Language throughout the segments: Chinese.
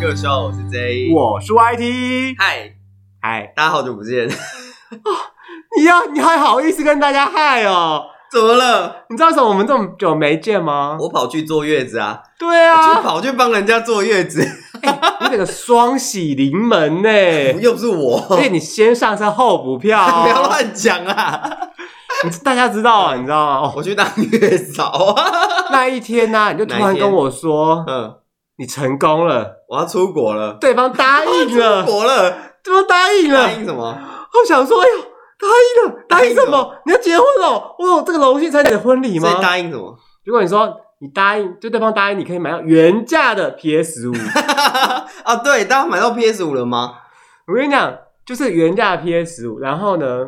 热秀，我是 J。我是 YT，嗨，嗨，大家好久不见， 你要你还好意思跟大家嗨哦？怎么了？你知道为什么我们这么久没见吗？我跑去坐月子啊，对我去啊， 哎跑去帮人家坐月子，你整个双喜临门呢、 又不是我，而且你先上车后补票、哦，不要乱讲啊！你大家知道啊，你知道吗？ 哦，我去当月嫂啊， 那一天呢、你就突哪一然天跟我说嗯，你成功了，我要出国了，对方答 应了，国了，对方答应答了，应什么？我想说，哎呦，答应了，答应什答应什么？你要结婚了？我有这个荣幸参加你的婚礼所以吗？答应什么？ 如果你说你答应，就对方答应，你可以买到原价的 PS 五。啊，对，大家买到 PS 五了吗？我跟你讲，就是原价 PS 五，然后呢，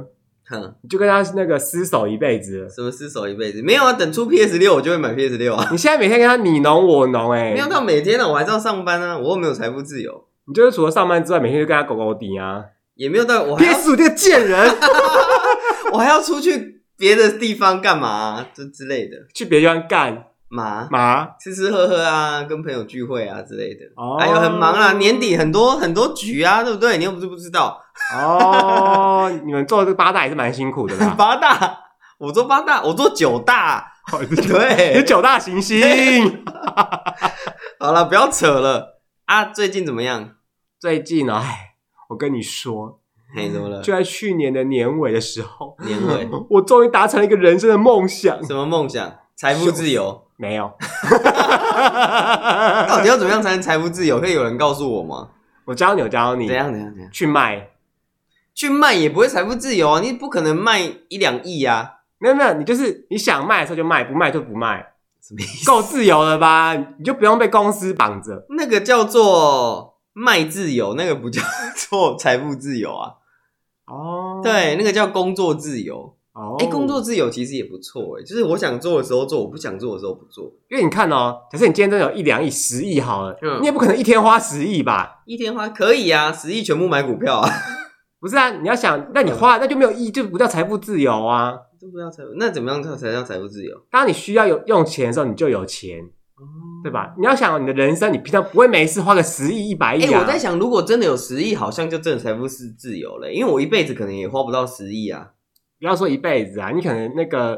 哼，你就跟他那个厮守一辈子了。什么厮守一辈子？没有啊，等出 PS 六我就会买 PS 六啊。你现在每天跟他你侬我侬、没有哎，到每天啊，我还是要上班啊，我又没有财富自由，你就是除了上班之外，每天就跟他狗狗顶啊。也没有到我还要 PS 五这个贱人， 我还要出去别的地方干嘛、啊，这之类的去别地方干嘛， 嘛？吃吃喝喝啊，跟朋友聚会啊之类的。哦还有很忙啦，年底很多很多局啊，对不对？你又不是不知道。哦，你们做这个八大也是蛮辛苦的啦。 八大，我做八大，我做九大。有 对，九大行星。好了，不要扯了啊！最近怎么样？最近啊，哎，我跟你说，嘿，怎么了？就在去年的年尾的时候，年尾我终于达成了一个人生的梦想。什么梦想？财富自由？没有， 到底要怎么样才能财富自由？可以有人告诉我吗？我教你，我教你怎样？怎样？怎样？去卖。去卖也不会财富自由啊！你不可能卖一两亿啊！没有没有，你就是你想卖的时候就卖，不卖就 不卖，什么意思？够自由了吧？你就不用被公司绑着。那个叫做卖自由，那个不叫 做财富自由啊。哦，对，那个叫工作自由。哦，哎、工作自由其实也不错哎、就是我想做的时候做，我不想做的时候不做。因为你看哦，假设你今天真的有一两亿、十亿好了，嗯你也不可能一天花十亿吧？一天花可以啊，十亿全部买股票啊， 不是啊，你要想，那你花嗯那就没有意义，就不叫财富自由啊。这不叫财富，那怎么样才才叫财富自由？当你需要有用钱的时候，你就有钱，对吧？你要想哦你的人生，你平常不会没事花个十亿、一百亿哎、啊。我在想，如果真的有十亿，好像就真的财富是自由了、因为我一辈子可能也花不到十亿啊。不要说一辈子啊，你可能那个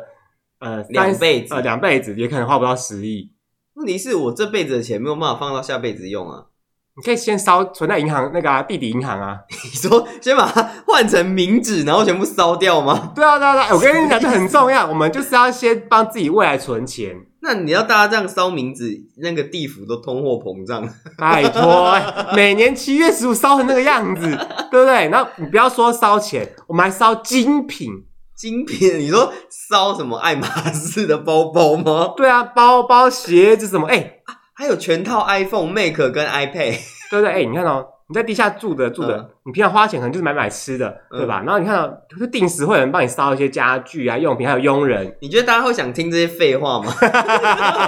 呃两三十辈子呃两辈子也可能花不到十亿。问题是我这辈子的钱没有办法放到下辈子用啊。 你可以先烧存在银行那个、啊、地底银行啊。你说先把它换成冥纸，然后全部烧掉吗？对啊对啊对啊，我跟你讲这很重要，我们就是要先帮自己未来存钱。那你要大家这样烧冥纸，那个地府都通货膨胀。 拜托，哎每年七月十五烧成那个样子，对不对？然后你不要说烧钱，我们还烧精品。精品，你说烧什么爱马仕的包包吗？对啊，包包、鞋子什么，哎、还有全套 iPhone、Mac 跟 iPad， 对不对？哎、你看哦，你在地下住的住的，嗯你平常花钱可能就是买买吃的，对吧？然后你看哦，就定时会有人帮你烧一些家具啊、用品，还有佣人。你觉得大家会想听这些废话吗？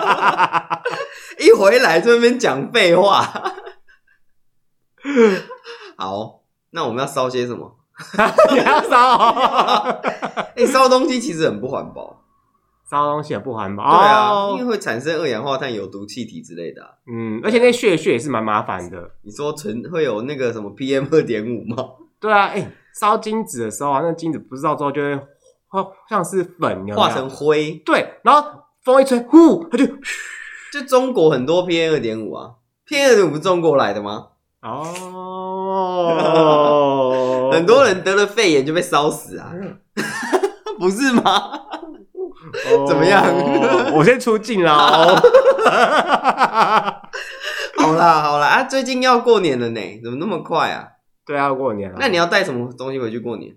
一回来这边讲废话。 好，那我们要烧些什么？ 你还要烧、哦，哎、烧东西其实很不环保。烧东西很不环保。对啊，因为哦、会产生二氧化碳、有毒气体之类的啊、嗯，而且那些血血也是蛮麻烦的。你说纯会有那个什么 PM 二点五吗？对啊，哎、烧金子的时候啊，那金子不知道之后就会化像是粉，有没有化成灰，对，然后风一吹，呼，它就就中国很多 PM 二点五啊，PM 二点五不是中国来的吗？，哦 很多人得了肺炎就被烧死哦啊，不是吗？怎么样哦 我先出镜啦、哦。好啦好啦啊，最近要过年了呢，怎么那么快啊？ 对啊，过年了。那你哎要带什么东西回去过年？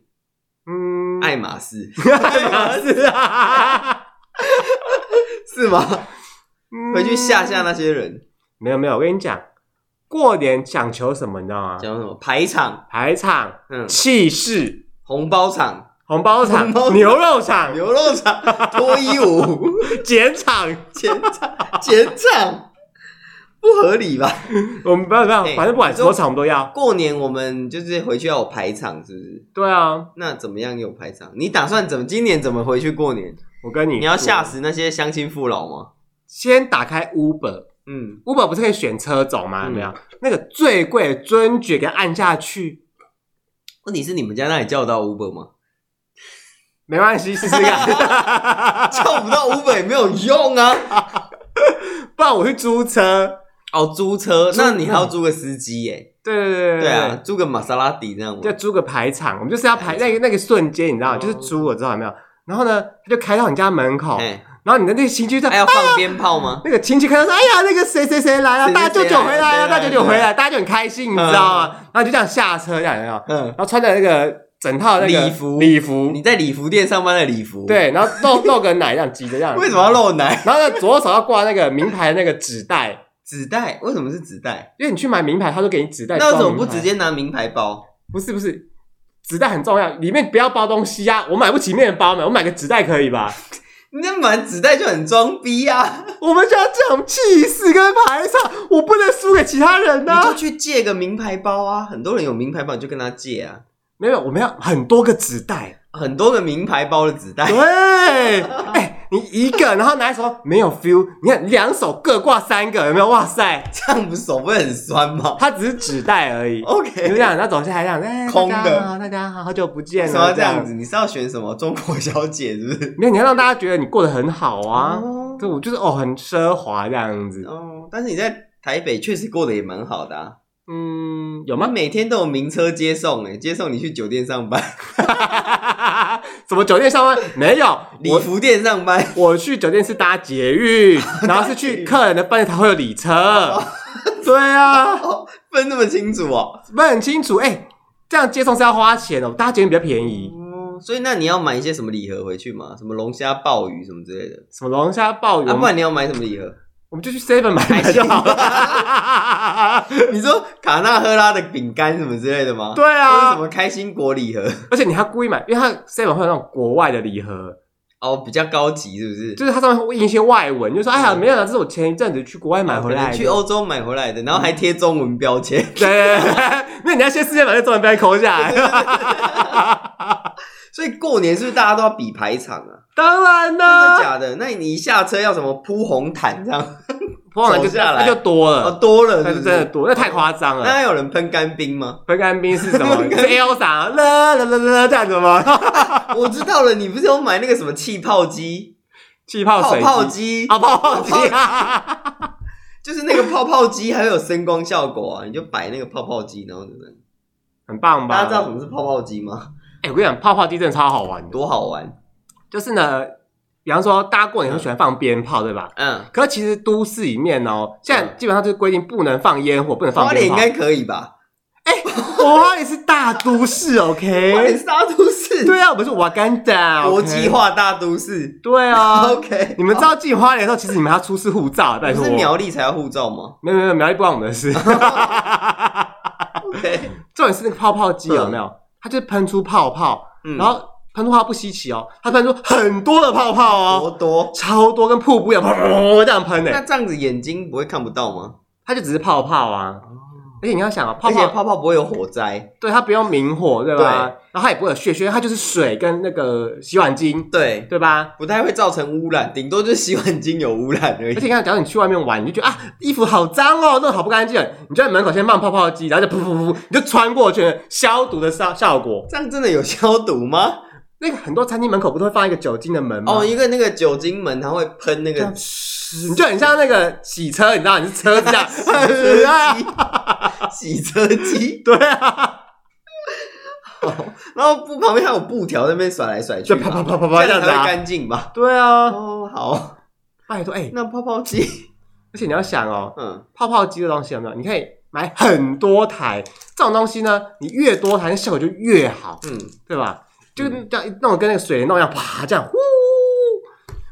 嗯，爱马仕 爱马仕啊？是吗？ 嗯回去吓吓？那些人，没有没有，我跟你讲，过年讲求什么，你知道吗？讲什么排场、排场、嗯，气势、红包场、红包场红包、场牛肉场、牛肉场、脱衣舞、 剪场。前场、前场，不合理吧？我们不要不要，嘿反正不管多场我们都要。过年我们就是回去要有排场，是不是？对啊，那怎么样有排场？你打算怎么今年怎么回去过年？我跟你你要说吓死那些乡亲父老吗？先打开 Uber，嗯， Uber 不是可以选车种吗？嗯有没有，那个最贵的尊爵给它按下去，问题是你们家那里叫得到 Uber 吗？ 没关系，试试看。叫不到 Uber 也没有用啊。不然我去租车。哦，租车，租那你还要租个司机耶？对对对对啊，，租个玛莎拉蒂那样要玩。租个排场，我们就是要排那个那个瞬间，你知道吗？哦就是租了之后有没有？然后呢，他就开到你家门口，哎，然后你的那个邻居就还要放鞭炮 吗？那个亲戚看到说：“哎呀，那个谁谁谁来了，谁谁谁大舅舅回来来了了，大舅舅回对来了，大家就很开心，你知道吗？”然后就这样下车，这样有没有？嗯然，后穿着那个整套的那个礼服礼服你，在礼服店上班的礼服，，对，然后露 露个奶这样挤着这样，为什么要露奶？然后呢，左手要挂那个名牌的那个纸袋，纸袋为什么是纸袋？因为你去买名牌，他就给你纸袋。那为什装么名不牌直？接拿名牌包？不是不是，纸袋很重要，里面不要包东西呀、啊。我买不起面包嘛，我买个纸袋可以吧？ 你那买纸袋就很装逼啊！我们就要这种气势跟排场，啊我不能输给其他人啊你呐、就去借个名牌包啊！很多人有名牌包，你就跟他借啊。没有，我们要很多个纸袋。很多个名牌包的纸袋，对，哎、你一个，然后拿手没有 feel，你看两手各挂三个，有没有？哇塞，这样不手不会很酸 吗它只是纸袋而已。你就这哦？OK，样，然后走下来这样，哎，空大的家好，大家好，好久不见为了，什么要这样子？你是要选什么中国小姐是不是？没有，你要让大家觉得你过得很好啊。哦对，我就是哦，很奢华这样子。哦，但是你在台北确实过得也蛮好的啊，嗯，有我们吗？ 每天都有名车接送、欸，接送你去酒店上班，什么酒店上班？没有，礼我服店上班， 我去酒店是搭捷运，然后是去客人的饭店才会有礼车。对啊，哦，分那么清楚哦。不是很清楚。哎、这样接送是要花钱哦，搭捷运比较便宜。哦，所以那你要买一些什么礼盒回去吗？什么龙虾、鲍鱼什么之类的？什么龙虾鲍啊，鱼，我不们然你要买什么礼盒？ 我们就去 Seven 买买就好了。你说卡纳赫拉的饼干什么之类的吗？对或者什啊，么开心果礼盒？而且你还故意买，因为它 Seven 会有那种国外的礼盒，哦，比较高级是不是？就是它上面会印一些外文，就说哎呀没有啦，这是我前一阵子去国外买回可来能嗯的。哦嗯去欧洲买回来的，然后还贴中文标签， 对对，对对 那你要先世界把这中文被抠下来。所以过年是不是大家都要比排场啊？ 当然真的啦，假的？那你一下车要什么铺红毯这样？ 不然就走下来那就多哦，了，多了那是就不真的是？多，那太夸张那了。还有人喷干冰吗？ 分干冰是什么？是 Elsa 啦啦啦啦这样子吗？ 我知道了，你不是有买那个什么气泡机、气泡泡水泡机 机啊，泡泡机啊，就是那个泡泡机，还会有声光效果啊！你就摆那个泡泡机，然后怎么样？ 很棒大家吧知？道什么是泡泡机吗？ 哎，我跟你讲，泡泡机真的超好玩的，多好玩！就是呢，比方说大家过年都喜欢放鞭炮，对吧？嗯，可是其实都市里面哦，现在基本上就是规定不能放烟火，不能放花鞭莲炮应。该可以吧？我花莲是大都市花莲，OK？是大都市，对啊，我们是瓦干达，国际。化大都市。 对啊， OK，你们知道进花莲的时候，其实你们还要出示护照，拜不托。是苗栗才要护照 吗没有没有，苗栗不关我们 的事。 ？OK，重点是那个泡泡机哦有没有？它就是喷出泡泡，嗯然后喷出泡泡不稀奇哦，它喷出很多的泡泡多哦，多。超多，跟瀑布一样，砰砰砰砰这样喷那的。这样子眼睛不会看不到吗？它就只是泡泡啊。而且你要想啊，泡哦而且泡泡泡不会有火灾。对，它不用明火，对吧？对然后它也不会有血血，它就是水跟那个洗碗巾，对，对吧？不太会造成污染，顶多就是洗碗巾有污染而而且已。你看，假如你去外面玩，你就觉得啊，衣服好脏哦，弄得好不干净。你就在门口先放泡泡机，然后就噗噗噗噗，你就穿过去，消毒的效效果。这样真的有消毒吗？那个很多餐厅门口不都会放一个酒精的门吗？哦，一个那个酒精门，它会喷那嗯这样个你就很像那个洗车，你知道，你是车子 这样车啊，洗车机，对啊，然后布旁边还有布条在那边甩来甩去就吧，啪啪啪啪啪这这样样子才会啊，干净吧？对啊。哦，好，拜托，哎、那泡泡机，而且你要想哦，嗯，泡泡机的东西有没有？你可以买很多台，这种东西呢，你越多台，效果就越好，嗯，对吧？就这样弄得跟那个水帘洞一样，啪这样呼。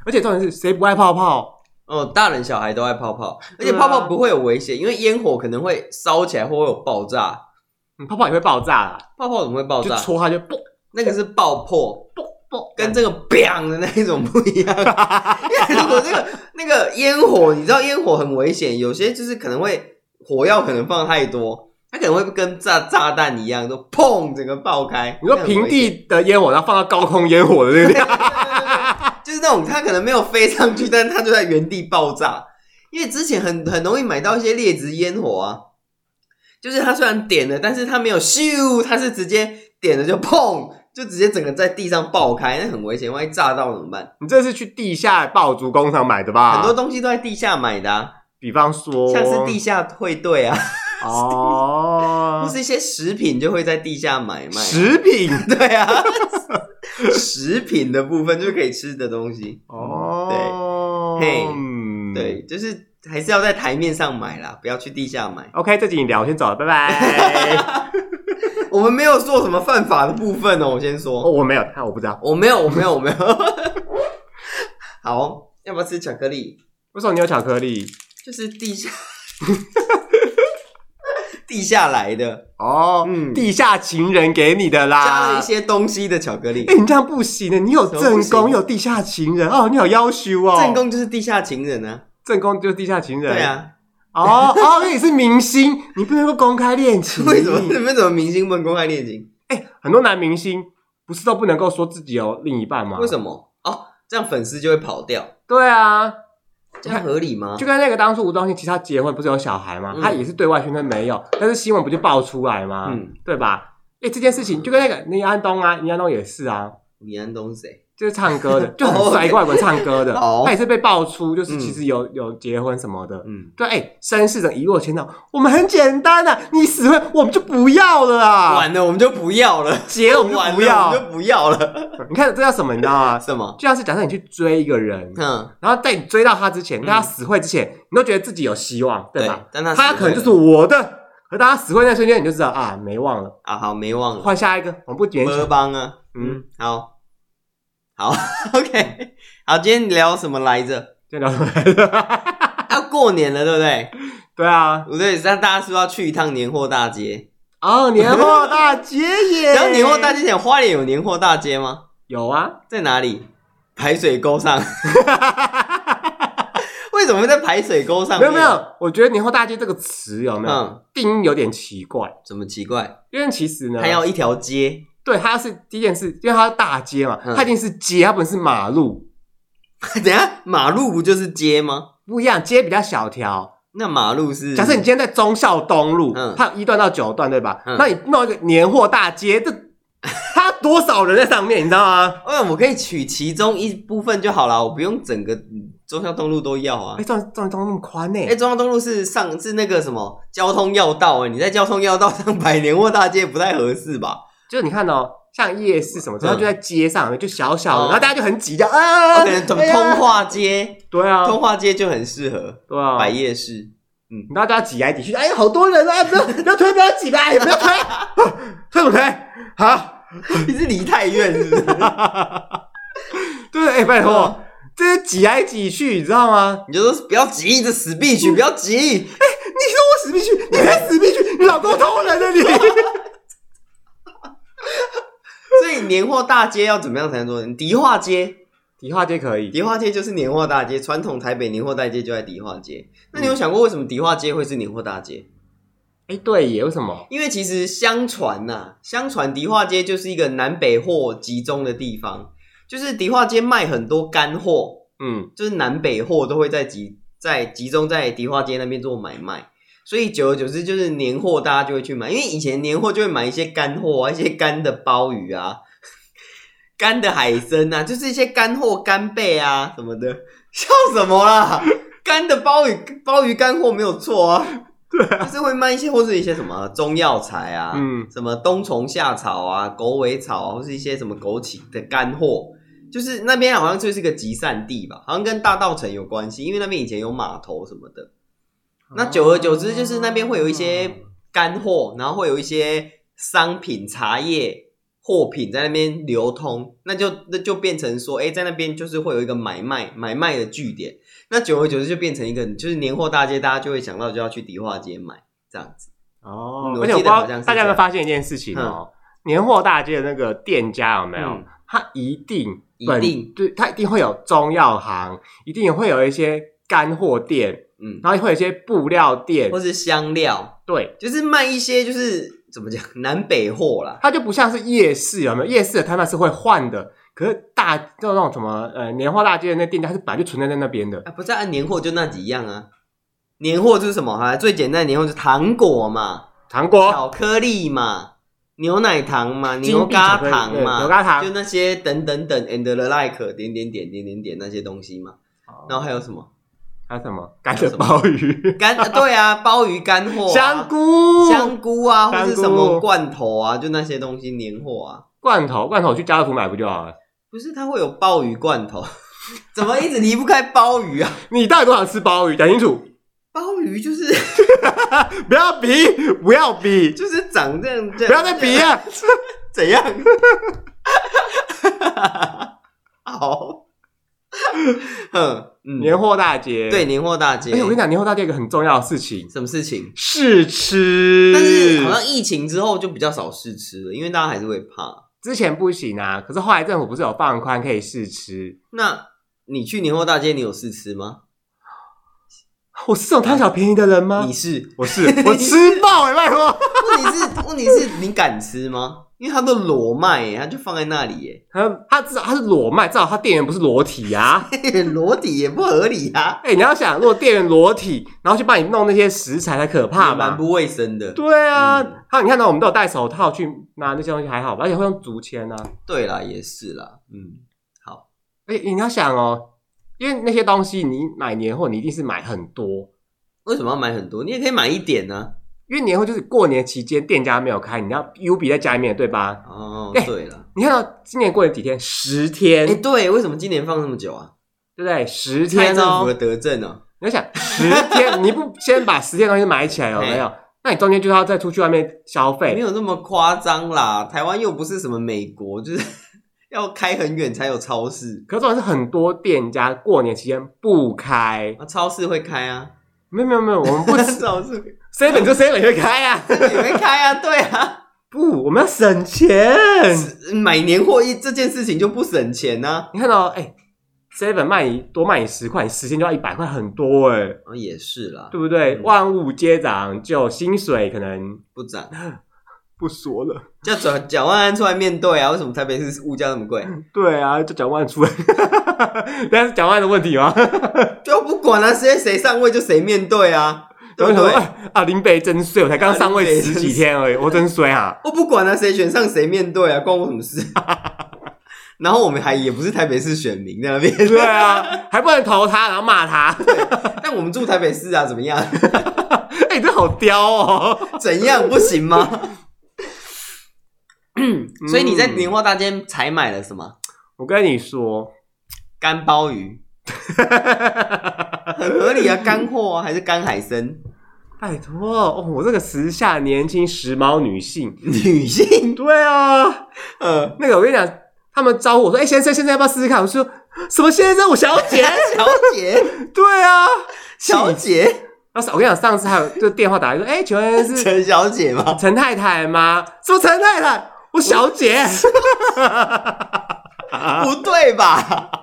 而且重点是谁不爱泡泡？哦，大人小孩都爱泡泡，而且对啊泡泡不会有危险，因为烟火可能会烧起来或会有爆炸。嗯，泡泡也会爆炸啦，泡泡怎么会爆就炸？戳它就啵那个是爆破，啵啵，跟这个 “bang” 的那一种不一样。 因为如果这个那个烟火，你知道烟火很危险，有些就是可能会火药可能放太多，它可能会跟炸炸弹一样，都砰整个爆开。你说那很平危险，地的烟火，然后放到高空烟火的 那个地方，就是那种它可能没有飞上去，但它就在原地爆炸。因为之前很很容易买到一些劣质烟火啊，就是它虽然点了，但是它没有咻，它是直接点了就砰，就直接整个在地上爆开，那很危险，万一炸到怎么办？你这是去地下爆竹工厂买的吧？很多东西都在地下买的、啊，比方说像是地下汇兑啊，或 哦，是一些食品就会在地下买卖啊。食品 对啊，食品的部分就是可以吃的东西。哦，对嗯嘿嗯对，就是还是要在台面上买啦，不要去地下买。 OK，这集你聊，先走了，拜拜。我们没有做什么犯法的部分哦，我先说，哦，我没有，他我不知道。我没有，我没有，我没有。 好，要不要吃巧克力？为什么你有巧克力？就是地下， 地下来的，哦，嗯地下情人给你的加了啦一。些东西的巧克力哎、。你这样不行的，你有怎么不正行宫，有地下情人哦，你好要求哦。正宫就是地下情人啊，正宫就是地下情人。对。啊， 哦哦，因为你是明星，你不能够公开恋情。为什么你们怎么明星不能公开恋情？哎、很多男明星不是都不能够说自己有另一半吗？为么？什么？哦，这样粉丝就会跑掉，对啊，这样合理吗就？跟那个当初吴宗宪，其实他结婚不是有小孩吗？嗯他也是对外宣称没有，但是新闻不就爆出来吗？嗯对吧？哎、这件事情就跟那个倪安东啊，倪安东也是啊，李安东是谁？就是唱 歌的，就很哦帅一个外国人唱歌的好，他也是被爆出，就是其嗯实有有结婚什么的。嗯，对，哎、绅士的一落千丈，我们很简单啊，你死婚我们就不要了啊，完了，我们就不要了，结了我们完了就不要我们。就不要了。 你看这叫什么？你知道吗？什么？就像是假设你去追一个人，嗯，然后在你追到他之前，在他死会之前，你都觉得自己有希望，对吧？？但他他死可能了就是我的，可当他死会那瞬间，你就知道啊，没望了，啊，好，没忘了，换下一个，我们不勉波强。邦啊，嗯嗯，好，好 ，OK，好，今天聊什么来着？就聊什么来 着？要过年了，对不对？对啊，不对，那大家是不是要去一趟年货大街？哦，年货大街耶！然后年货大街前，花莲有年货大街吗？有 啊，在哪里？排水沟上。 为什么会在排水沟上？没有没，有，我觉得年货大街这个词有没有嗯定义有点奇怪，怎么奇怪？因为其实呢，它要一条街， 对它是第一件事，因为它是大街嘛，嗯它一定是街，它不是马路，等一下马路不就是街吗？不一样，街比较小条。那马路是？假设你今天在忠孝东路，嗯它有一段到九段，对吧？嗯那你弄一个年货大街，这它多少人在上面，你知道吗？嗯，我可以取其中一部分就好啦，我不用整个嗯中孝东路都要啊哎、。这中中中那么宽呢、哎、中央东路是上是那个什么交通要道哎、你在交通要道上摆年货大街不太合适吧就是你看哦，像夜市什么，它嗯就在街上，就小小的，哦然后大家就很挤的啊，可能怎么哎呀通化街，对啊，通化街就很适合对啊，摆夜市。然后大家挤来挤去，哎呀，好多人啊！不要不要推，不要挤 啦，也不要推，啊推不推？好，你是离太远是 不是？对，哎、拜托，嗯这是挤来挤去，你知道吗？你就说不要急，这死必去，不要急。你说我死必去，你才死必去，你老公偷人 了你。所以年货大街要怎么样才能做？迪化街，迪化街可以，迪化街就是年货大街，传统台北年货大街就在迪化街。那你有想过为什么迪化街会是年货大街？哎、对耶，为什么？因为其实相传呐、相传迪化街就是一个南北货集中的地方，就是迪化街卖很多干货，嗯，就是南北货都会在集在集中在迪化街那边做买卖，所以久而久之就是年货大家就会去买，因为以前年货就会买一些干货啊，一些干的鲍鱼啊， 干的海参啊，就是一些干货干贝啊什么的， 笑什么啦？干的鲍鱼鲍鱼干货没有错啊。对啊，就是会卖一些或是一些什么中药材啊，嗯什么冬虫夏草啊、狗尾草啊，或是一些什么枸杞的干货，就是那边好像就是个集散地吧，好像跟大道城有关系，因为那边以前有码头什么的。那久而久之，就是那边会有一些干货，然后会有一些商品、茶叶、货品在那边流通，那就那就变成说，哎、在那边就是会有一个买卖买卖的据点。那久而久之就变成一个，就是年货大街，大家就会想到就要去迪化街买这样子。哦嗯，而我且记得我不知道好像是大家这有没有样发现一件事情哦，年货大街的那个店家有没有嗯？他一定一本定对，他一定会有中药行，一定会有一些干货店，嗯，然后会有一些布料店或，是香料，对，就是卖一些就是怎么讲 南北货啦。它就不像是夜市有没有？夜市的摊贩是会换的，可是大就那种什么呃年货大街的那店家，它是本来就存在在那边的。啊，不是按、年货就那几样啊，年货就是什么哈？最简单的年货就是糖果嘛，糖果、巧克力嘛，牛奶糖嘛，金牛币巧轧克力糖对嘛，牛轧糖就，那些等等等 and the like 点点点点点点那些东西嘛。哦然后还有什么还有什么干的鲍鱼、干？呃对 啊，鲍鱼干货、啊、香菇、香菇啊，香或菇是什么罐头啊，就那些东西年货啊。罐头，罐头去家乐福买不就好了？不是，它会有鲍鱼罐头， 怎么一直离不开鲍鱼啊？ 你到底多想吃鲍鱼？讲清楚，鲍鱼就是不要比，不要比，就是长这样，这样不要再比啊了。怎样？ 好， 嗯嗯，年货大街，对年货大街，而且我跟你讲，年货大街有一个很重要的事情什么事情？试吃，但是好像疫情之后就比较少试吃了，因为大家还是会怕。之前不行啊，可是后来政府不是有放宽可以试吃？那你去年货大街，你有试吃吗？我是这种贪小便宜的人吗？你？是我是我吃爆哎、拜托！问题是 问题是你敢吃吗？因为它都裸卖耶，它就放在那里耶， 他他至少他是裸卖，至少他店员不是裸体啊。裸体也不合理啊，哎、你要想，如果店员裸体，然后去帮你弄那些食材，才可怕也蛮吧？不卫生的。对啊，嗯他你看到我们都有戴手套去拿那些东西，还好吧？而且会用竹签啊。对啦，也是啦，嗯，而且你要想哦，因为那些东西你买年货，你一定是买很多，为什么要买很多？你也可以买一点啊呢、因为年货就是过年期间店家没有开，你要 U 比在家里面，对吧？哦，哎对了，你看到今年过年几天？十天，哎、对，为什么今年放那么久啊？对不对？十 蔡天政府的哦。德政哦、你要想十天，你不先把十天东西买起来有嘿没有？那你中间就要再出去外面消没费。有那么夸张啦。台湾又不是什么美国， 就是要开很远才有超市，可是重点是很多店家过年期间不开，啊，超市会开啊，没有没有没有，我们不 超市会 seven 就 seven 会开啊，也会开啊，对啊，不，我们要省钱。买年货一这件事情就不省钱啊呐、你看到哎，seven 卖你多卖你十块，你十天就要一百块，很多哎、啊，也是啦，对不对？嗯万物皆涨，就薪水可能不涨，不说了。叫蒋蒋万安出来面对啊，为什么台北市物价那么贵？对啊，就蒋万出来， 但是蒋万的问 题吗？就不管了、谁谁上位就谁面对啊，对然后不想说对？哎啊，林北真衰，我才刚上位十几天而已，我啊真衰啊！我不管了、谁选上谁面对啊，关我什么 事？然后我们还也不是台北市选民在那边， 对啊，还不能投他，然后骂他， 但我们住台北市啊，怎么样？ 哎、你这好刁哦！怎样不行吗？ 所以你在年嗯货大街才买了什么？我跟你说，干鲍鱼，很合 理啊，干货啊，还是干海参？拜托哦，我这个时下年轻时髦女性，女性，对啊，呃，那个我跟你讲，他们招呼我说，哎、先生，先生要不要试试看？我说什么先生，我小姐，小姐， 对啊，小 姐，然后我跟你讲，上次还有就电话打来说，哎、请问是陈小姐 吗？陈太太吗？什么陈太太？我小姐，不对吧？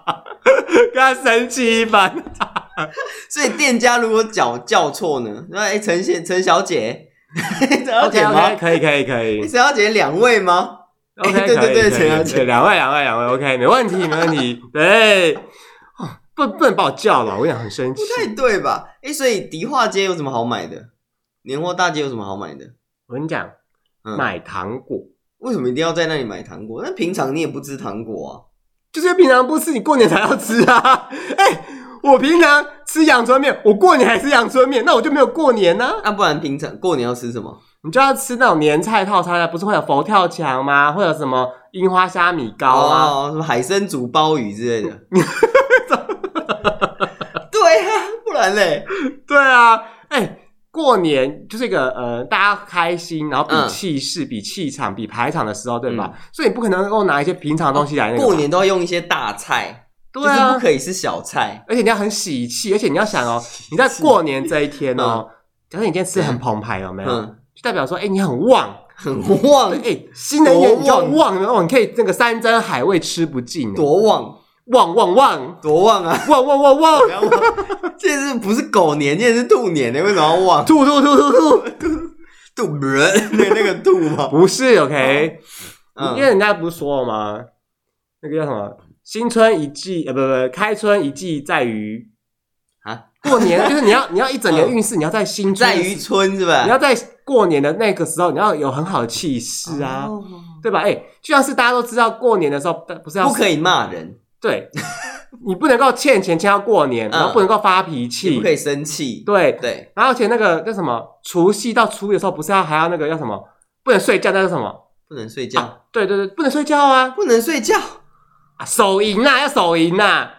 跟他生气一般。所以店家如果叫叫错呢？那哎，陈先陈小姐， 陈小姐 o k 吗？哎可以，可以，可以陈。小姐两位吗？OK，对对可以对啊可以陈小对姐两位，两位，两位，OK，没问题，没问题。对，哦不不能把我叫了，我跟你讲，很生气不。太对吧？哎、所以迪化街有什么好买的？年货大街有什么好买的？我跟你讲，嗯买糖果为什么一定要在那里买糖果？那平常你也不吃糖果啊。就是因为平常不吃，你过年才要吃啊。 哎，我平常吃阳春面，我过年还吃阳春面，那我就没有过年呐、那、啊不然平常过年要吃什么？你就要吃那种年菜套餐啊，不是会有佛跳墙吗？会有什么樱花虾米糕啊？哦，什么海参煮鲍鱼之类 的。对啊，不然嘞，对啊，哎、过年就是一个呃，大家开心，然后比嗯气势、比气场、比排场的时候，对吧？所以你不可能够拿一些平常的东西来那个吧过年都要用一些大菜，哎对就是啊不，可以是小菜。而且你要很喜气，而且你要想哦，你在过年这一天哦，假设你今天吃得很澎湃，有没有？嗯，就代表说，哎、你很旺，很旺 对，哎、新的一年你就多旺旺哦，你可以那个山珍海味吃不尽，多旺，旺旺旺多旺啊！旺旺旺旺不，要忘，这是不是狗年？这是兔年呢？为什么要旺？吐吐吐吐吐，兔人那那个兔吗？不是 OK，嗯因为人家不是说了吗？那个叫什么？新春一季，呃，不不，开春一季在于啊，哦过 年就是你要你要一整年运势，你要在新春在啊的渔时村是吧？你要在过年的那个时候，你要有很好的气势啊，哦对吧？哎、就像是大家都知道，过年的时候不不是要不可以骂人，对，你不能够欠钱欠到过年，然后不能够发脾嗯也气，不可以生气。对，对，然后而且那个叫什么，除夕到初一的时候，不是要还要那个叫什么，不能睡觉，那叫什么？不能睡觉，啊对对对，不能睡觉啊，不能睡觉，啊手淫啊，要手淫啊，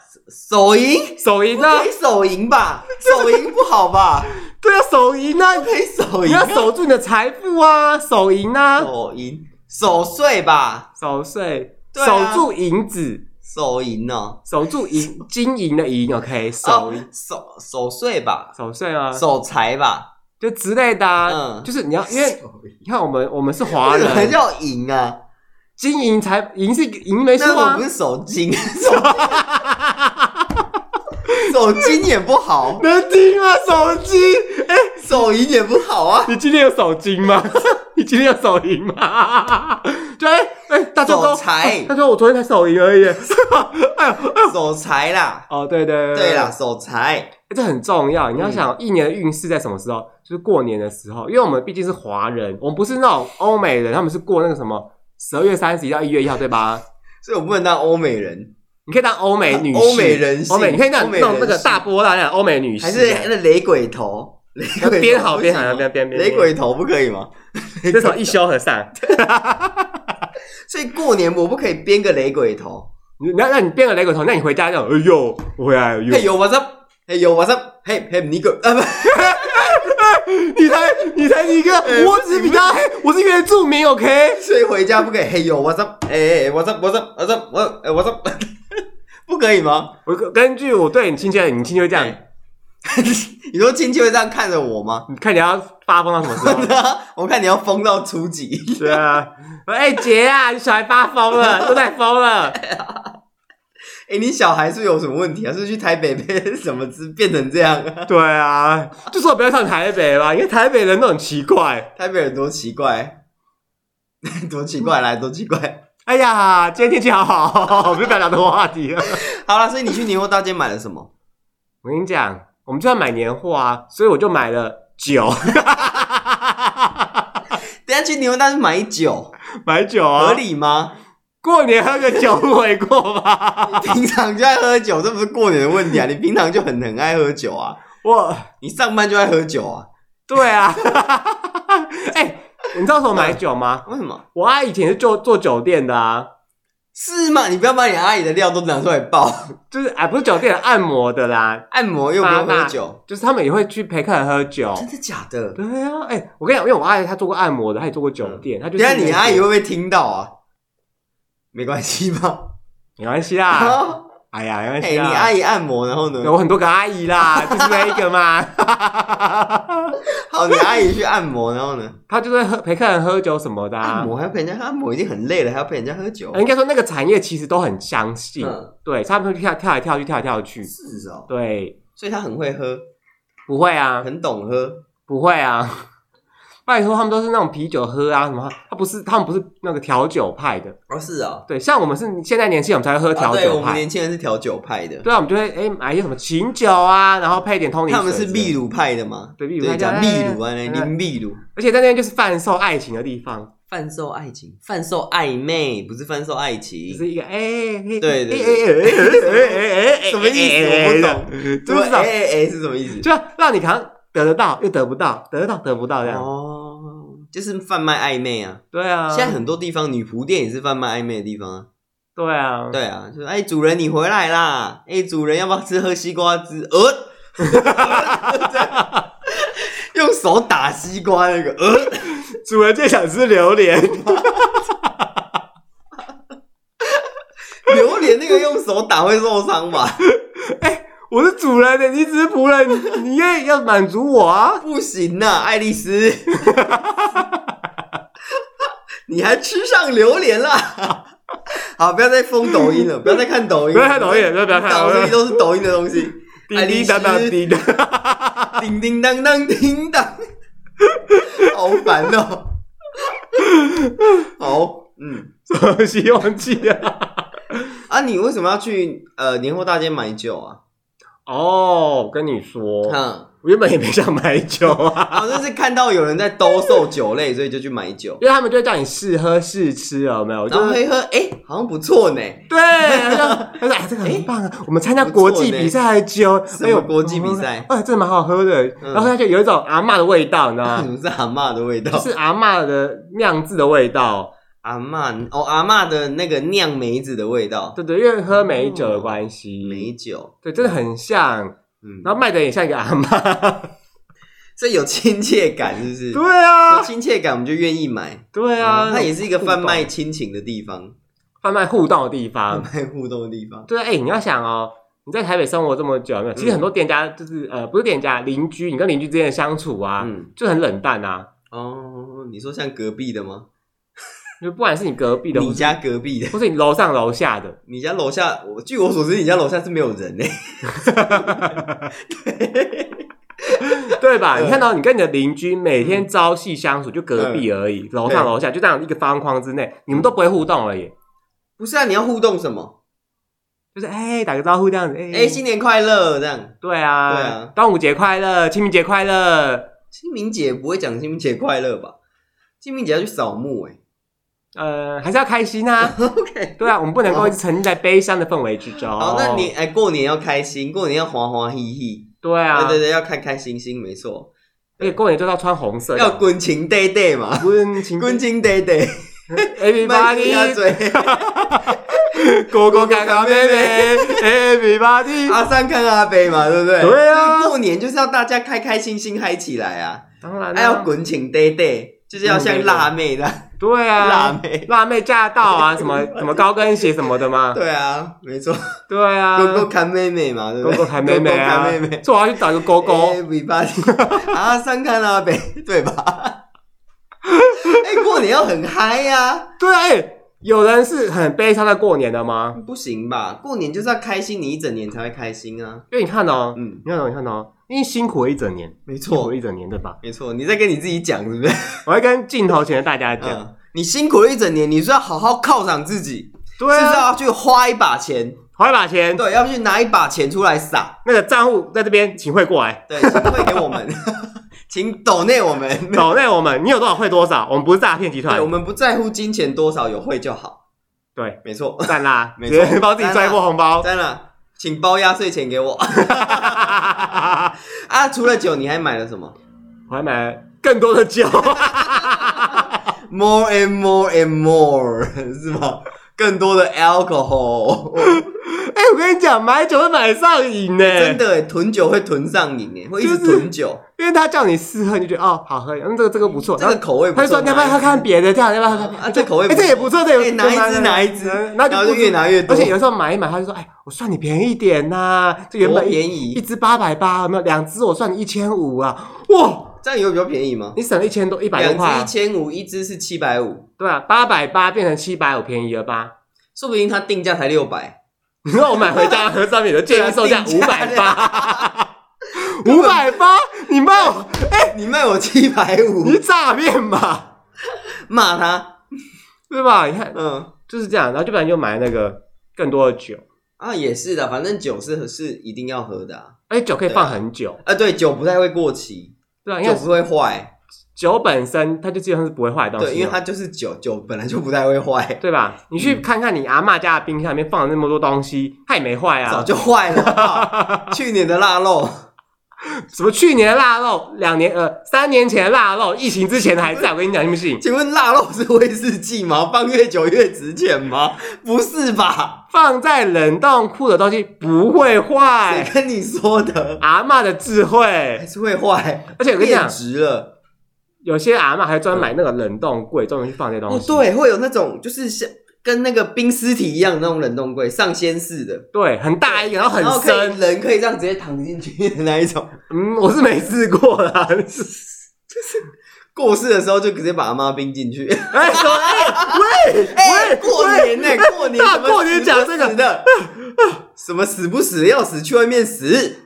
手淫，手淫不啊可，以手淫吧？手淫不好吧？对啊，手淫啊，不可以手你淫要，守住你的财富啊，手淫啊，手淫，守岁吧，守岁，对守啊住银子，手淫哦，守住银金银的银，OK，守哦守守岁吧，守岁啊，守财吧，就之类的啊，嗯就是你要因为。手淫你看，我们我们是华为什么人，叫淫啊？金银财银是银没那错我啊不，是手淫， 手手淫也不好，能听吗？手机，哎、手淫也不好啊。 你今天有手机吗？ 你今天有手淫吗？ 对，哎、大家都手财他说我昨天才手淫而已。 哎呦，守财啦，哦，对对哎对啦，嗯守财，这很重要。你要想一年的运势在什么时候？就是过年的时候，因为我们毕竟是华人，我们不是那种欧美人，他们是过那个什么十二月三十一到一月一号，对吧？所以我不能当欧美人，你可以当欧美女士，啊欧美人士欧美你可以当欧美那人士种那个大波浪那种欧美女士，还是 那雷鬼头，雷鬼头啊编好不行编吗好编编编，雷鬼头不可以吗？这种一休和尚，所以过年我不可以编个雷鬼头，你那那你变个雷鬼头，那你回家就哎呦，我回来了，哎呦嘿呦 what's up，嘿呦 what's up，嘿嘿你个啊不，你才你才一个，哎我只是比他黑，我是原住民，OK？ 所以回家不可以嘿呦 what's up，哎哎 what's up what's up what's up 我哎 what's up，不可以吗？我根据我对你亲戚的，你亲戚会这样，哎 你说亲戚会这样看着我吗？ 你看你要发疯到什么时候？我看你要疯到初几， 对啊，哎、姐啊，你小孩发疯 了，都在疯了，哎、你小孩是不是有什么问题啊？是不是去台北被什么之 变成这样啊？对啊，就说不要上台北吧，因为台北人都很奇怪。台北人多奇怪， 多奇怪，来多奇怪。 哎呀，今天天气好好， 我们就不要聊这个话题了。好了，所以你去年货大街买了什么？ 我跟你讲，我们就要买年货啊，所以我就买了酒，等一下去年货大街买酒， 买酒啊，合理吗？ 过年喝个酒不为过吧？平常就爱喝酒，这不是过年的问题啊！你平常就很很爱喝酒啊，我你上班就爱喝酒啊？对啊， 哎、你知道怎么买酒吗？为什么？我阿姨以前是做做酒店的啊，是吗？你不要把你阿姨的料都拿出来爆， 就是哎、不是酒店按摩的啦，按摩又不用喝酒，就是他们也会去陪客人喝酒。真的假的？对啊，哎、我跟你讲，因为我阿姨她做过按摩的，她也做过酒店，她就等是一下你阿姨会不会听到啊？没关系吧？没关 系啦，哎呀，没关哦哎、系你啦。阿姨按摩，然后呢？有很多个阿姨啦，就是那一个嘛， 好，你阿姨去按摩，然后呢？她就会喝陪客人喝酒什么的、按啊。呃摩还要陪人家按摩，已经很累了，还要陪人家喝酒。应该说那个产业其实都很相信，嗯对，他们会跳跳来跳去，跳来跳去，是哦，对，所以他很会喝，不会啊，很懂喝。不会啊，拜托，他们都是那种啤酒喝啊什么，他不是他们不是那个调酒派的，哦，是哦，对，像我们是现在年轻人我们才会喝啊调对，酒我们派，年轻人是调酒派的，对啊，我们就会哎、买一些什么琴酒啊，然后配一点通灵水他之类们的，是秘鲁派的嘛？对秘鲁派对，讲秘哎鲁啊，哎林秘鲁，而且在那边就是贩售爱情的地方，贩售爱情，贩售暧昧，不是贩售爱就情。是一个哎，对对对哎哎哎，什么意思？我不懂，就是哎哎哎是什么意思？就让你好像得得到又得不到，得得到得不到这样，哦，就是贩卖暧昧啊。对啊，现在很多地方女仆店也是贩卖暧昧的地方啊。对啊，对啊，就是哎，主人你回来啦！哎，主人要不要吃喝西瓜汁？呃， 用手打西瓜那个呃，主人最想吃榴莲，榴莲那个用手打会受伤吧？ 我是主人的，你只是仆人，你也要满足我啊！不行呐、爱丽丝， 你还吃上榴莲啦？ 好，不要再封抖音了，不要再看抖音，不要看抖音，不要不要看抖抖音音，都是抖音的东西，滴滴答答滴答， 叮叮当当，叮当， 好烦哦。 好，嗯。可惜忘记了。啊，你为什么要去呃年货大街买酒啊？哦，我跟你说，嗯，我原本也没想买酒啊，然后就是看到有人在兜售酒类，所以就去买酒，因为他们就会叫你试喝试吃啊，有没有？然 就后喝是一喝，哎、好像不错呢。对，他就他说哎，这个很棒啊，我们参加不错国际呢比赛的酒，什哎呦么，国际比赛？哎，这蛮好喝的，嗯然后它就有一种阿嬷的味道，你知道那吗怎？么 是阿嬷的味道？啊就是阿嬷的酿制的味道，阿嬷哦，阿嬷的那个酿梅子的味道，对对，因为喝美酒的关系，梅酒，对，真的很像。嗯，嗯然后卖的也像一个阿嬷， 这有亲切感，是不是？对有啊，亲切感，我们就愿意买。哦对啊，它嗯也是一个贩卖亲情的地方，贩卖互动的地贩方。卖互动的地方。对，哎，你要想哦，你在台北生活这么久，有没有？嗯其实很多店家就是呃，不是店家，邻居，你跟邻居之间的相处啊，嗯，就很冷淡啊。哦，你说像隔壁的吗？就不管是你隔壁的，你家隔壁的，或是你楼上楼下的，你家楼下，我据我所知，你家楼下是没有人诶。对吧？嗯嗯你看到你跟你的邻居每天朝夕相处，就隔壁而已，楼上对楼下就这样一个方框之内，你们都不会互动而已。 不是啊，你要互动什么？就是哎、打个招呼这样子，哎、哎，新年快乐这样。对啊，对啊端午节快乐，清明节快乐，清明节不会讲清明节快乐吧？清明节要去扫墓欸诶。呃，还是要开心 啊。 OK。对啊，我们不能够一直沉浸在悲伤的氛围之中。好，那你哎，过年要开心，过年要欢欢喜喜，对啊，对对对，要开开心心，没错，而且过年就是要穿红色的，要滚情 day day 嘛， 滚情滚情 day day， ，everybody，嘴。哥哥哥哥妹妹，everybody，阿三看阿飞嘛，对不对？对啊就是过年就是要大家开开心心嗨起来啊！当然还啦要滚请 day day，就是要像辣妹的 对啊，辣妹。辣妹驾到 啊，什么什么高跟鞋什么的吗？对啊，没错，对啊，勾勾看妹妹嘛，对不狗对？狗看妹妹啊勾勾看妹妹，，哎所以我要去找一个狗狗。 Everybody，阿 三看阿北， 对吧？ 哎、过年要很嗨呀、对啊，哎，有人是很悲伤的过年的吗？不行吧？过年就是要开心，你一整年才会开心啊。因为你看哦，嗯，你看哦，你看哦，因为辛苦了一整年，没辛苦错了，一整年，对吧？没错，你在跟你自己讲， 是不是？我要跟镜头前的大家讲，嗯，你辛苦了一整年，你是要好好犒赏自己，对是不是啊，要去花一把钱？花一把钱，对，要不去拿一把钱出来撒。那个账户在这边，请汇过来，对，请汇给我们，请抖内 我们。岛内我们，你有多少汇多少，我们不是诈骗集团对，我，们不在乎金钱多少，有汇就好。对，没错，赞啦， 没直错接帮自己赚一波红包。当然，请包压岁钱给我 啊！除了酒，你还买了什么 我还买了更多的酒， 哎？More and more and more，是 吗？更多的 alcohol， 哎，我跟你讲，买酒会买上瘾呢，真的耶欸囤酒会囤上瘾欸耶，会一直就是囤酒。因为他叫你试喝，你就觉得哦好喝，嗯这个这个不错，这然后个口味不他就错，说你要不要喝看别的，这样要不要喝看别的？啊？这口味哎、不这错也不错，这哎也哪一支哪一支然后然后呃就就越拿越多而且有时候买一买，他就说：“哎，我算你便宜一点呐、这原多本一便一宜，支八百八，有没有？两支我算你一千五啊！哇，这样有比较便宜吗？你省了一千多，一百多两块、只一啊，千五，一只是七百五，对啊，八百八变成七百五，便宜了吧？说不定它定价才六百， 你说我买回家和上面的建议 售价五定价啊百八，五百八，你卖我，你卖我七百五，你诈骗吧？骂他，对吧？你看嗯就是这样，然后就不然就买那个更多的酒，啊，也是的，反正酒是是一定要喝的啊，而哎且酒可以放很久，啊对，酒不太会过期，对啊，因酒为不会坏，酒本身它就基本上是不会坏的东西嘛，对，因为它就是酒，酒本来就不太会坏，对吧？你去看看你阿嬷家的冰箱里面放了那么多东西，它也没坏早啊。就坏了好不好， 去年的腊肉什么去年的腊肉，两年呃三年前的腊肉，疫情之前的还在。我跟你讲，信不信？请问腊肉是威士忌吗？放越久越值钱吗？不是吧？放在冷冻库的东西不会谁 坏，跟你说的？阿嬷的智还慧。是会坏，而且我跟你变讲，质了。有些阿嬷还专买那个冷冻柜，专门去放这些东哦，西。对，会有那种就是像跟那个冰尸体一样的那种冷冻柜，上仙式的，对，很大一个，然后然后很可以深。人可以这样直接躺进去的那一种。嗯，我是没试过啦。过世的时候就直接把阿妈冰进去。哎，什么？哎，喂，哎、喂，过年呢、过年大怎么过年死不讲这个死的，什么死不死要死去外面死，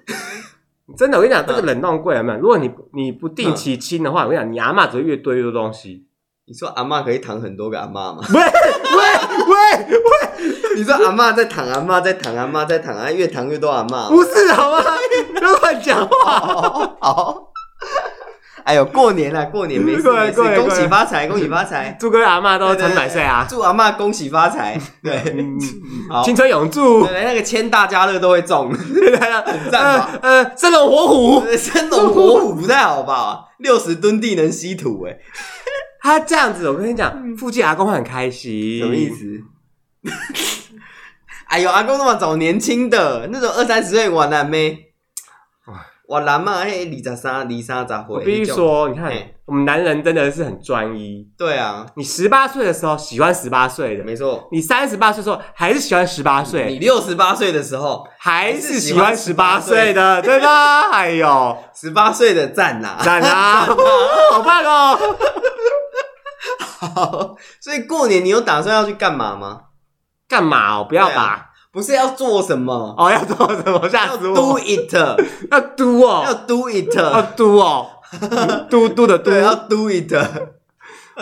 真的，我跟你讲，这个冷冻柜有没有？如果你不你不定期清的话，我跟你讲，你阿嬷只会越堆越多东西。你说阿嬷可以躺很多个阿嬷吗？喂喂喂，你说阿嬷在躺，阿嬷在躺，阿嬷在躺，啊，越躺越多阿嬷。不是好吗？不要乱讲话。哦好，哎呦，过年了，过年没事过来没事过，来恭过喜来发财，恭喜发财，祝各位阿嬷都对对长百岁啊！祝阿嬷恭喜发财，对，嗯，好，青对，春永驻，那个签大家乐都会中， 很赞吧呃呃，生龙活虎。生龙活虎不太好吧？六十吨地能吸土，哎，他这样子，我跟你讲，附近阿公会很开心。什么意？思？ 哎呦，阿公那么早年轻的，那种二三十岁晚男妹，我男嘛，哎，二十三、二三十我岁，必须说，你看哎我们男人真的是很专一。对啊，你十八岁的时候喜欢十八岁的，没错。你三十八岁的时候还是喜欢十八你岁，六十八岁的时候，还是喜欢十八岁的，对吧？哎呦，十八岁的赞啦、赞啊，好棒哦！好， 所以过年你有打算要去干嘛吗？干嘛哦？不要对啊吧！不是要做什么？哦，要做什么？吓要死 do 我！ it，要嘟要哦， do it，要嘟哦，嘟嘟的嘟。对，要 do it。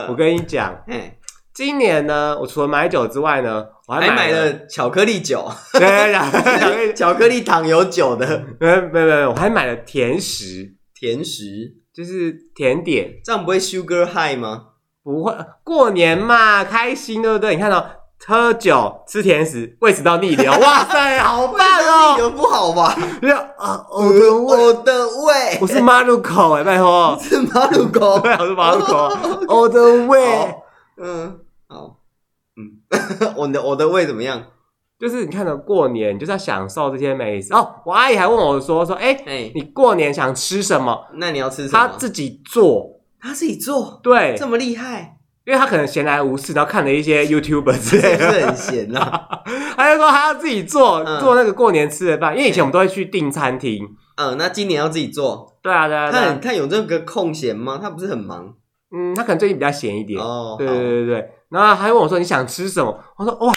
我跟你讲，哎，今年呢，我除了买酒之外呢，我还还买买了，啊了巧克力酒，对对对巧克力糖有酒的 没有没有没有，我还买了甜食，甜食，就是甜点，这样不会 sugar high 吗？不会过年嘛，开心对不对？你看到、哦、喝酒吃甜食，胃食道逆流，哇塞，好棒你哦！有不好吧？就是啊，我的胃，我的胃，我是马路口哎，拜托是马路狗。对，啊我是马路口，哦我的胃，好嗯，好，嗯， 我的我的胃怎么样？就是你看到、哦过年，你就是要享受这些美食哦。我阿姨还问我说说，哎、哎，你过年想吃什么？那你要吃什她么？自己做，他自己做，对，这么厉 害，因为她可能闲来无事，然后看了一些 YouTuber 之是类不是的。很闲啊？ 他就说他要自己做、嗯做那个过年吃的饭，因为以前我们都会去订餐厅。嗯，那今年要自己做，对啊，对啊，他对啊很他有这个空闲吗？他不是很忙嗯，他可能最近比较闲一点。哦。对对对对对。然后他还问我说你想吃什么？我说哇，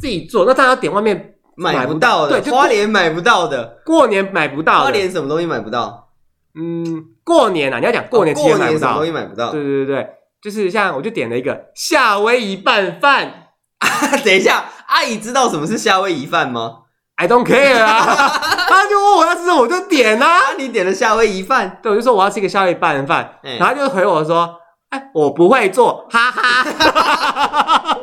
自己做，那当然要点外面好买不到的，对，就花过莲买不到的，过年买不到的。花莲什么东西买不到？嗯，过年啊，你要讲过年哦其实也过买年不什么到。东西对买不到？对对对，就是像我就点了一个夏威夷拌饭。 等一下，阿姨知道什么是夏威夷饭吗？ I don't care 啊， 他就问我要吃什么，我就点啊。啊，你点了夏威夷饭，对，我就说我要吃一个夏威夷拌饭，嗯然后他就回我说：“哎，我不会做，哈哈。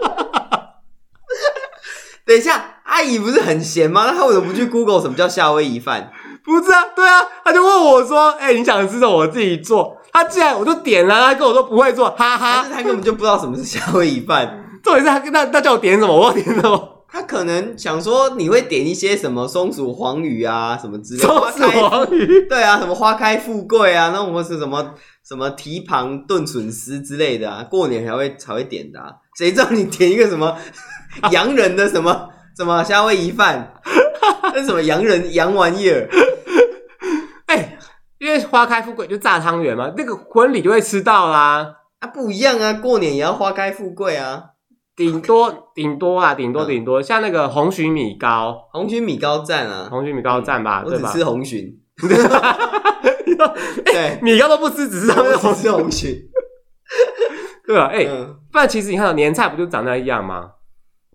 等一下，阿姨不是很闲吗？那她为什么不去 Google 什么叫夏威夷饭？”不是啊，对啊，他就问我说：“哎，你想吃什么？我自己做。”他既然我就点了，他跟我说不会做，哈但哈是。她根本就不知道什么是夏威夷饭。重点是他那那叫我点什么，我要点什么？她可能想说你会点一些什么松鼠黄鱼啊，什么之类的。花松鼠开黄鱼，对啊，什么花开富贵啊，那我们是什么什么蹄膀炖笋丝之类的啊，过年才会才会点的、啊。谁知道你点一个什 么洋人的什么什么夏威夷饭？那是什么洋人洋玩意儿？ 哎，因为花开富贵就炸汤圆嘛，那个婚礼就会吃到啦。啊，不一样啊，过年也要花开富贵啊。顶多顶多啊，顶多嗯顶多，像那个红鲟米糕，红鲟米糕赞啊，红鲟米糕赞吧，我对只吧？吃红 鲟。对，米糕都不吃，只吃上面的我红只，吃红鲟。 对吧？哎，嗯，不然其实你看到年菜不就长那样吗？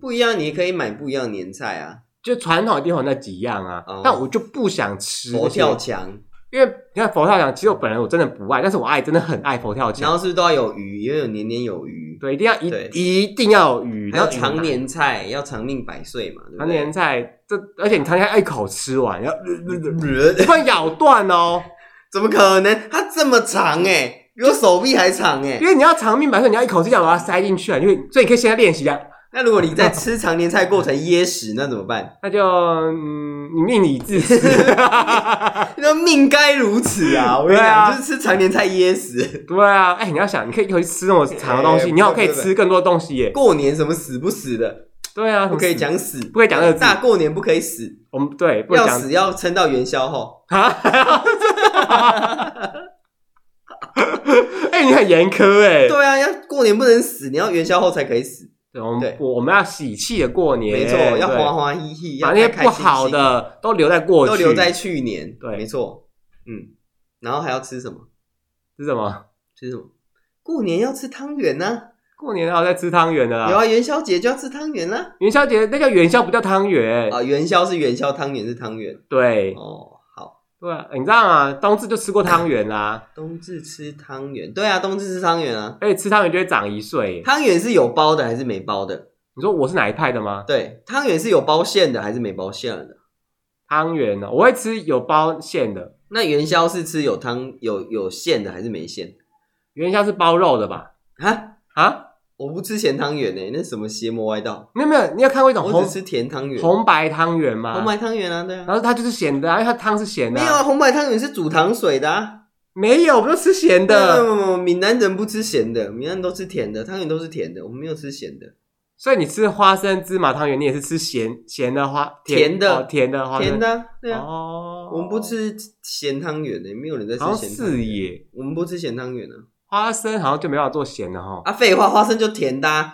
不一样，你也可以买不一样的年菜啊。就传统一定会有那几样啊，哦但我就不想吃佛这些跳，墙，因为你看佛跳墙，其实我本人我真的不爱，但是我爱真的很爱佛跳然墙，后是不是都要有鱼，因为有年年有余。对，一定要对一一定要有鱼，还有然后鱼常年菜，要长命百岁嘛，对不常对年？菜，这而且你常常一口吃完，要呃不然咬断哦， 怎么可能？它这么长哎、比我手臂还长哎、 因为你要长命百岁，你要一口气这样把它塞进去啊，因为所以你可以现在练习啊，那如果你在吃常年菜过程噎死，那怎么办？ 那就嗯，你命里自私，那命该如此啊！我跟你对啊讲，就是吃常年菜噎死。对啊，哎，你要想，你可以一口气吃那么长的东哎西，你好不可以不不吃更多东西耶，过年什么死不死的，对啊，不可以讲。讲死，不可以讲二字大过年不可以死，我们对不能要讲死要撑到元宵后。啊！哎、你很严苛哎、对啊，要过年不能死，你要元宵后才可以死。对，我们对我我们要喜气的过年，没错，对要欢欢喜喜，把要那些开开不心心好的都留在过去，都留在去年。对没错，嗯，然后还要吃什么？是什么？吃什么？过年要吃汤圆呢、过年还有在吃汤圆的有啦，啊，元宵节就要吃汤圆啦。元宵节那叫元宵，不叫汤圆。啊，元宵是元宵，汤圆是汤圆。对哦，好，对啊，你知道吗？冬至就吃过汤圆啦，冬至吃汤圆，对啊，冬至吃汤圆啊。而且吃汤圆就会长一岁耶。汤圆是有包的还是没包的？你说我是哪一派的吗？对，汤圆是有包馅的还是没包馅的？汤圆哦呢，我会吃有包馅的，那元宵是吃有汤有有馅的还是没馅？元宵是包肉的吧？啊，啊，我不吃咸汤圆呢，那什么邪魔歪道？你有没有？你有看过一种我红只吃甜汤圆，哦红白汤圆吗？红白汤圆啊，对然啊。后它就是咸的、啊，因为它汤是咸的、没有啊，，红白汤圆是煮糖水的、啊。没有，我们都吃咸没的，有没有没有闽南人不吃咸的，闽南人都吃甜的，汤圆都是甜的，我们没有吃咸的。所以你吃花生芝麻汤圆，你也是吃咸咸的花甜的哦甜的花生甜的啊，对啊，哦，我们不，吃咸汤圆的，没有人在吃好像咸汤是圆。耶，我们不吃咸汤圆的花生好像就没办法做咸的哈。啊，废话，花生就甜的、啊，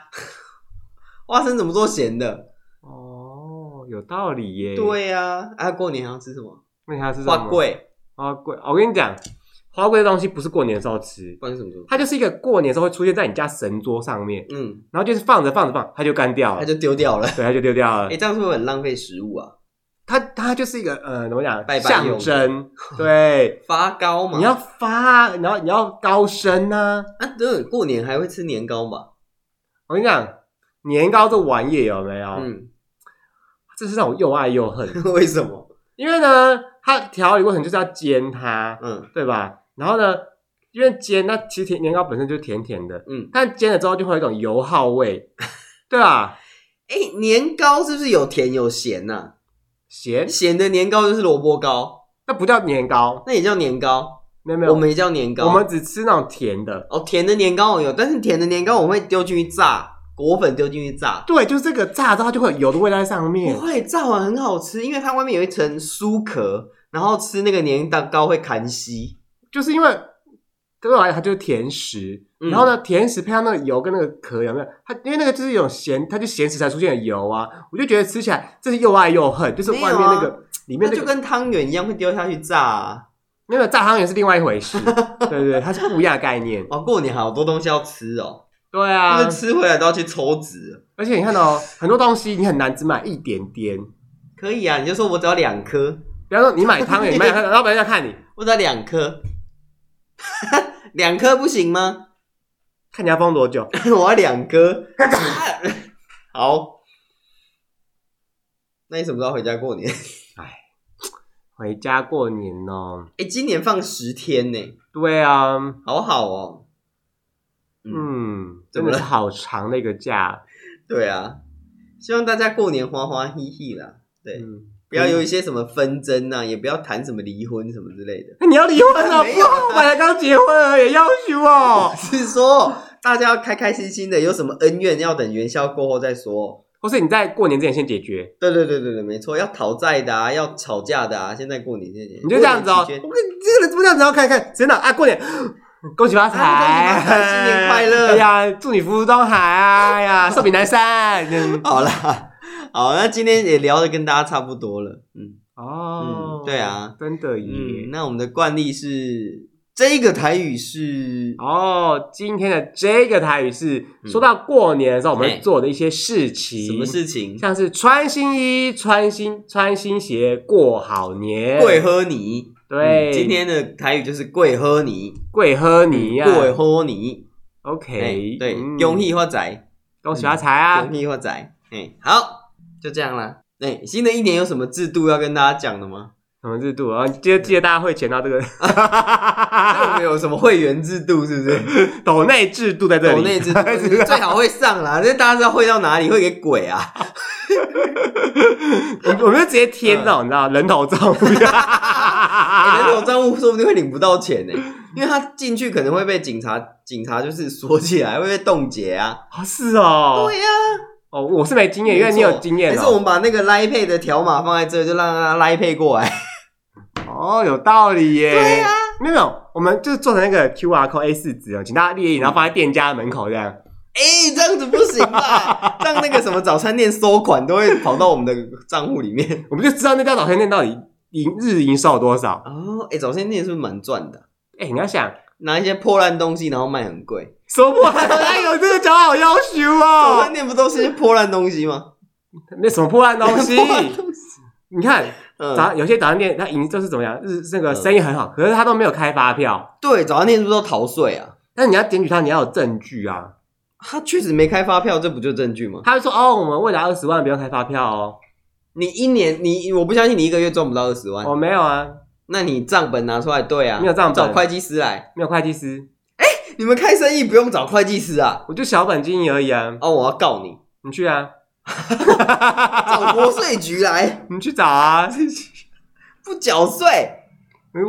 花生怎么做咸的？哦，有道理耶。，对呀、啊，啊，过年还要吃什么？那它是什么花，桂，花桂。哦我跟你讲，花桂这东西不是过年的时候吃，不然是什么时候？它就是一个过年的时候会出现在你家神桌上面，嗯，然后就是放着放着放，它就干掉它了，就丢掉了。对，它就丢掉了哎、。这样是不是很浪费食物啊？它它就是一个呃，怎么讲？拜拜象用征，对。 发糕嘛，你要发，然后你要高升呐、啊，对，过年还会吃年糕嘛？我跟你讲，年糕这玩意有没有？嗯， 这是让我又爱又恨，为什么？因为呢，它调理过程就是要煎它，嗯对吧？然后呢，因为煎，那其实甜年糕本身就甜甜的，嗯，但煎了之后就会有一种油耗味， 对吧？哎、年糕是不是有甜有咸呐、咸，咸的年糕就是萝卜糕，那不叫年糕，那也叫年糕，没有没有，我们也叫年糕。我们只吃那种甜的，哦，甜的年糕我有，但是甜的年糕我会丢进去炸，果粉丢进去炸，对，就是这个炸之后它就会有油的味道在上面不，会炸完很好吃，因为它外面有一层酥壳，然后吃那个年蛋糕会弹稀。就是因为对我来讲，它就是甜食。嗯然后呢，甜食配上那个油跟那个壳，有没有？它因为那个就是有咸，它就咸食才出现的油啊，我就觉得吃起来这是又爱又恨，就是外面那没个、有啊里那面那就个跟汤圆一样会丢下去炸、啊。那个炸汤圆是另外一 回事，对对对，它是不一样的概念。哇，过年好多东西要吃哦，对就啊是，吃回来都要去抽脂。而且你看哦，很多东西你很难只买一点点，可以啊，你就说我只要两颗，比方说你买汤圆，你 买汤圆，老板要看你，我只要两颗， 两颗不行吗？ 看你要封多久，我要两颗。 好，那你什么时候回家过年？回家过年哦。 哎、今年放十天呢，对啊，好好哦。嗯，嗯，怎真么了的是好长的一个假，对啊，希望大家过年花花嘻嘻啦，对嗯，不要有一些什么纷争啊，也不要谈什么离婚什么之类的。你要离婚了？没不有要啊，我才刚结婚而已，要求哦。 是说大家要开开心心的，有什么恩怨要等元宵过后再说。或是你在过年之前先解决，对对对对对，没错，要讨债的啊，要吵架的啊，现在过年这些，你就这样子哦。我过年期跟间你这个人怎么这样子？要看看，真的啊，过年。 恭喜发财、啊恭喜发财新年快乐 哎呀，祝你福如东海啊！哎呀，寿比南 山。嗯好啦，好，那今天也聊的跟大家差不多了，嗯哦、嗯对啊，真的耶嗯，。那我们的惯例是这个台语是，哦，今天的这个台语是、嗯说到过年的时候，我嘿们做的一些事情，什么事情？像是穿新衣、穿新穿新鞋，过好年。贵喝泥，对、嗯今天的台语就是贵喝泥，贵喝泥呀、贵喝泥，嗯哎、 OK，对，嗯恭喜发财，恭喜发财啊！恭喜发财，哎、好，就这样啦。哎、新的一年有什么制度要跟大家讲的吗？ 什么制度啊？记得记得大家汇钱到这个那我们有什么会员制度是不是？抖内制度在这里，抖内 制度最好会上啦， 这大家知道会到哪里，会给鬼啊。我我们就直接贴那种你知道人头账 户，啊欸、嗯人头账户说不定会领不到钱呢、因为他进去可能会被警察，警察就是锁起来，会被冻结啊。哦是哦，对呀、哦我是没经验，没因错为你有经验还是我哦，们把那个 Line Pay 的条码放在这，就让他 Line Pay 过 来。哦有道理耶，对啊呀、没有没有，我们就是做成那个 QR code A 四纸哦，请大家嗯列印，然后放在店家门口这样，哎、这样子不行 吧？让那个什么早餐店收款都会跑到我们的账户里面。我们就知道那家早餐店到底营日营收有多少。哦，哎、早餐店是不是蛮赚的？哎，你要想，拿一些破烂东西，然后卖很贵。说不完， 哎呦，这个讲好要求早哦餐。店不都是一些破烂东西吗？那什么破烂东 西？破烂东西你看嗯，早有些早餐店，它营就是怎么样，日那个嗯生意很好，可是他都没有开发票。对，早餐店是不是都逃税啊？但你要检举他，你要有证据啊。他确实没开发票，这不就证据吗？他会说：“哦，我们未来二十万不用开发票哦。你一年你我不相信你一个月赚不到二十”万，我没有啊，那你账本拿出来对啊，没有账本找会计师来。没有会计师，你们开生意不用找会计师啊？我就小本经营而已啊。哦，我要告 你，你去啊，找国税局来，你去找啊。 不缴税。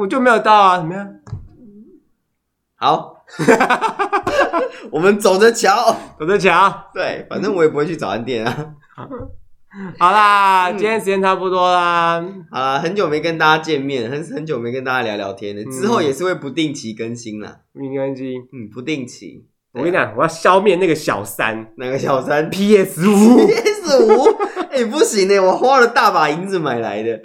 我就没有到啊，怎么样？ 好，我们走着瞧。走着瞧。对，反正我也不会去早餐店啊。好啦，嗯今天时间差不多啦。好啦，很久没跟大家见面，很很久没跟大家聊聊天了。之嗯后也是会不定期更新啦。明根基，嗯，不定期。啊我跟你讲，我要消灭那个小三哪个小三 PS 五， PS 五？哎、不行呢、我花了大把银子买来的，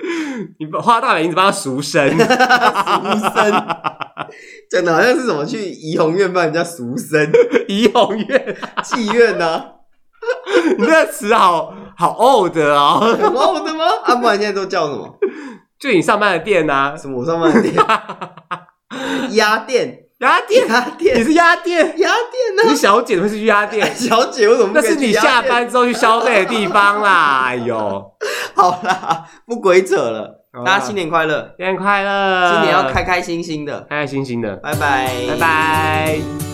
你花大把银子帮他赎身。 赎身，讲的好像是什么去怡红院帮人家赎身，怡红院，妓院呐、啊，你这个词好好 old 哦，什么的吗？啊，不然现在都叫什么？就你上班的店呐、啊，什么我上班的店？ 鸭店，鸭店，鸭你店，是鸭店，鸭店呢、你是小姐怎么会去鸭 店？小姐，为什么不那可以是去你鸭下店班之后去消费的地方啦。哎呦，好啦，不鬼扯了，好啦大家新年快乐，新年快乐，新年要开开心心的，开开心心的，拜拜，拜。拜。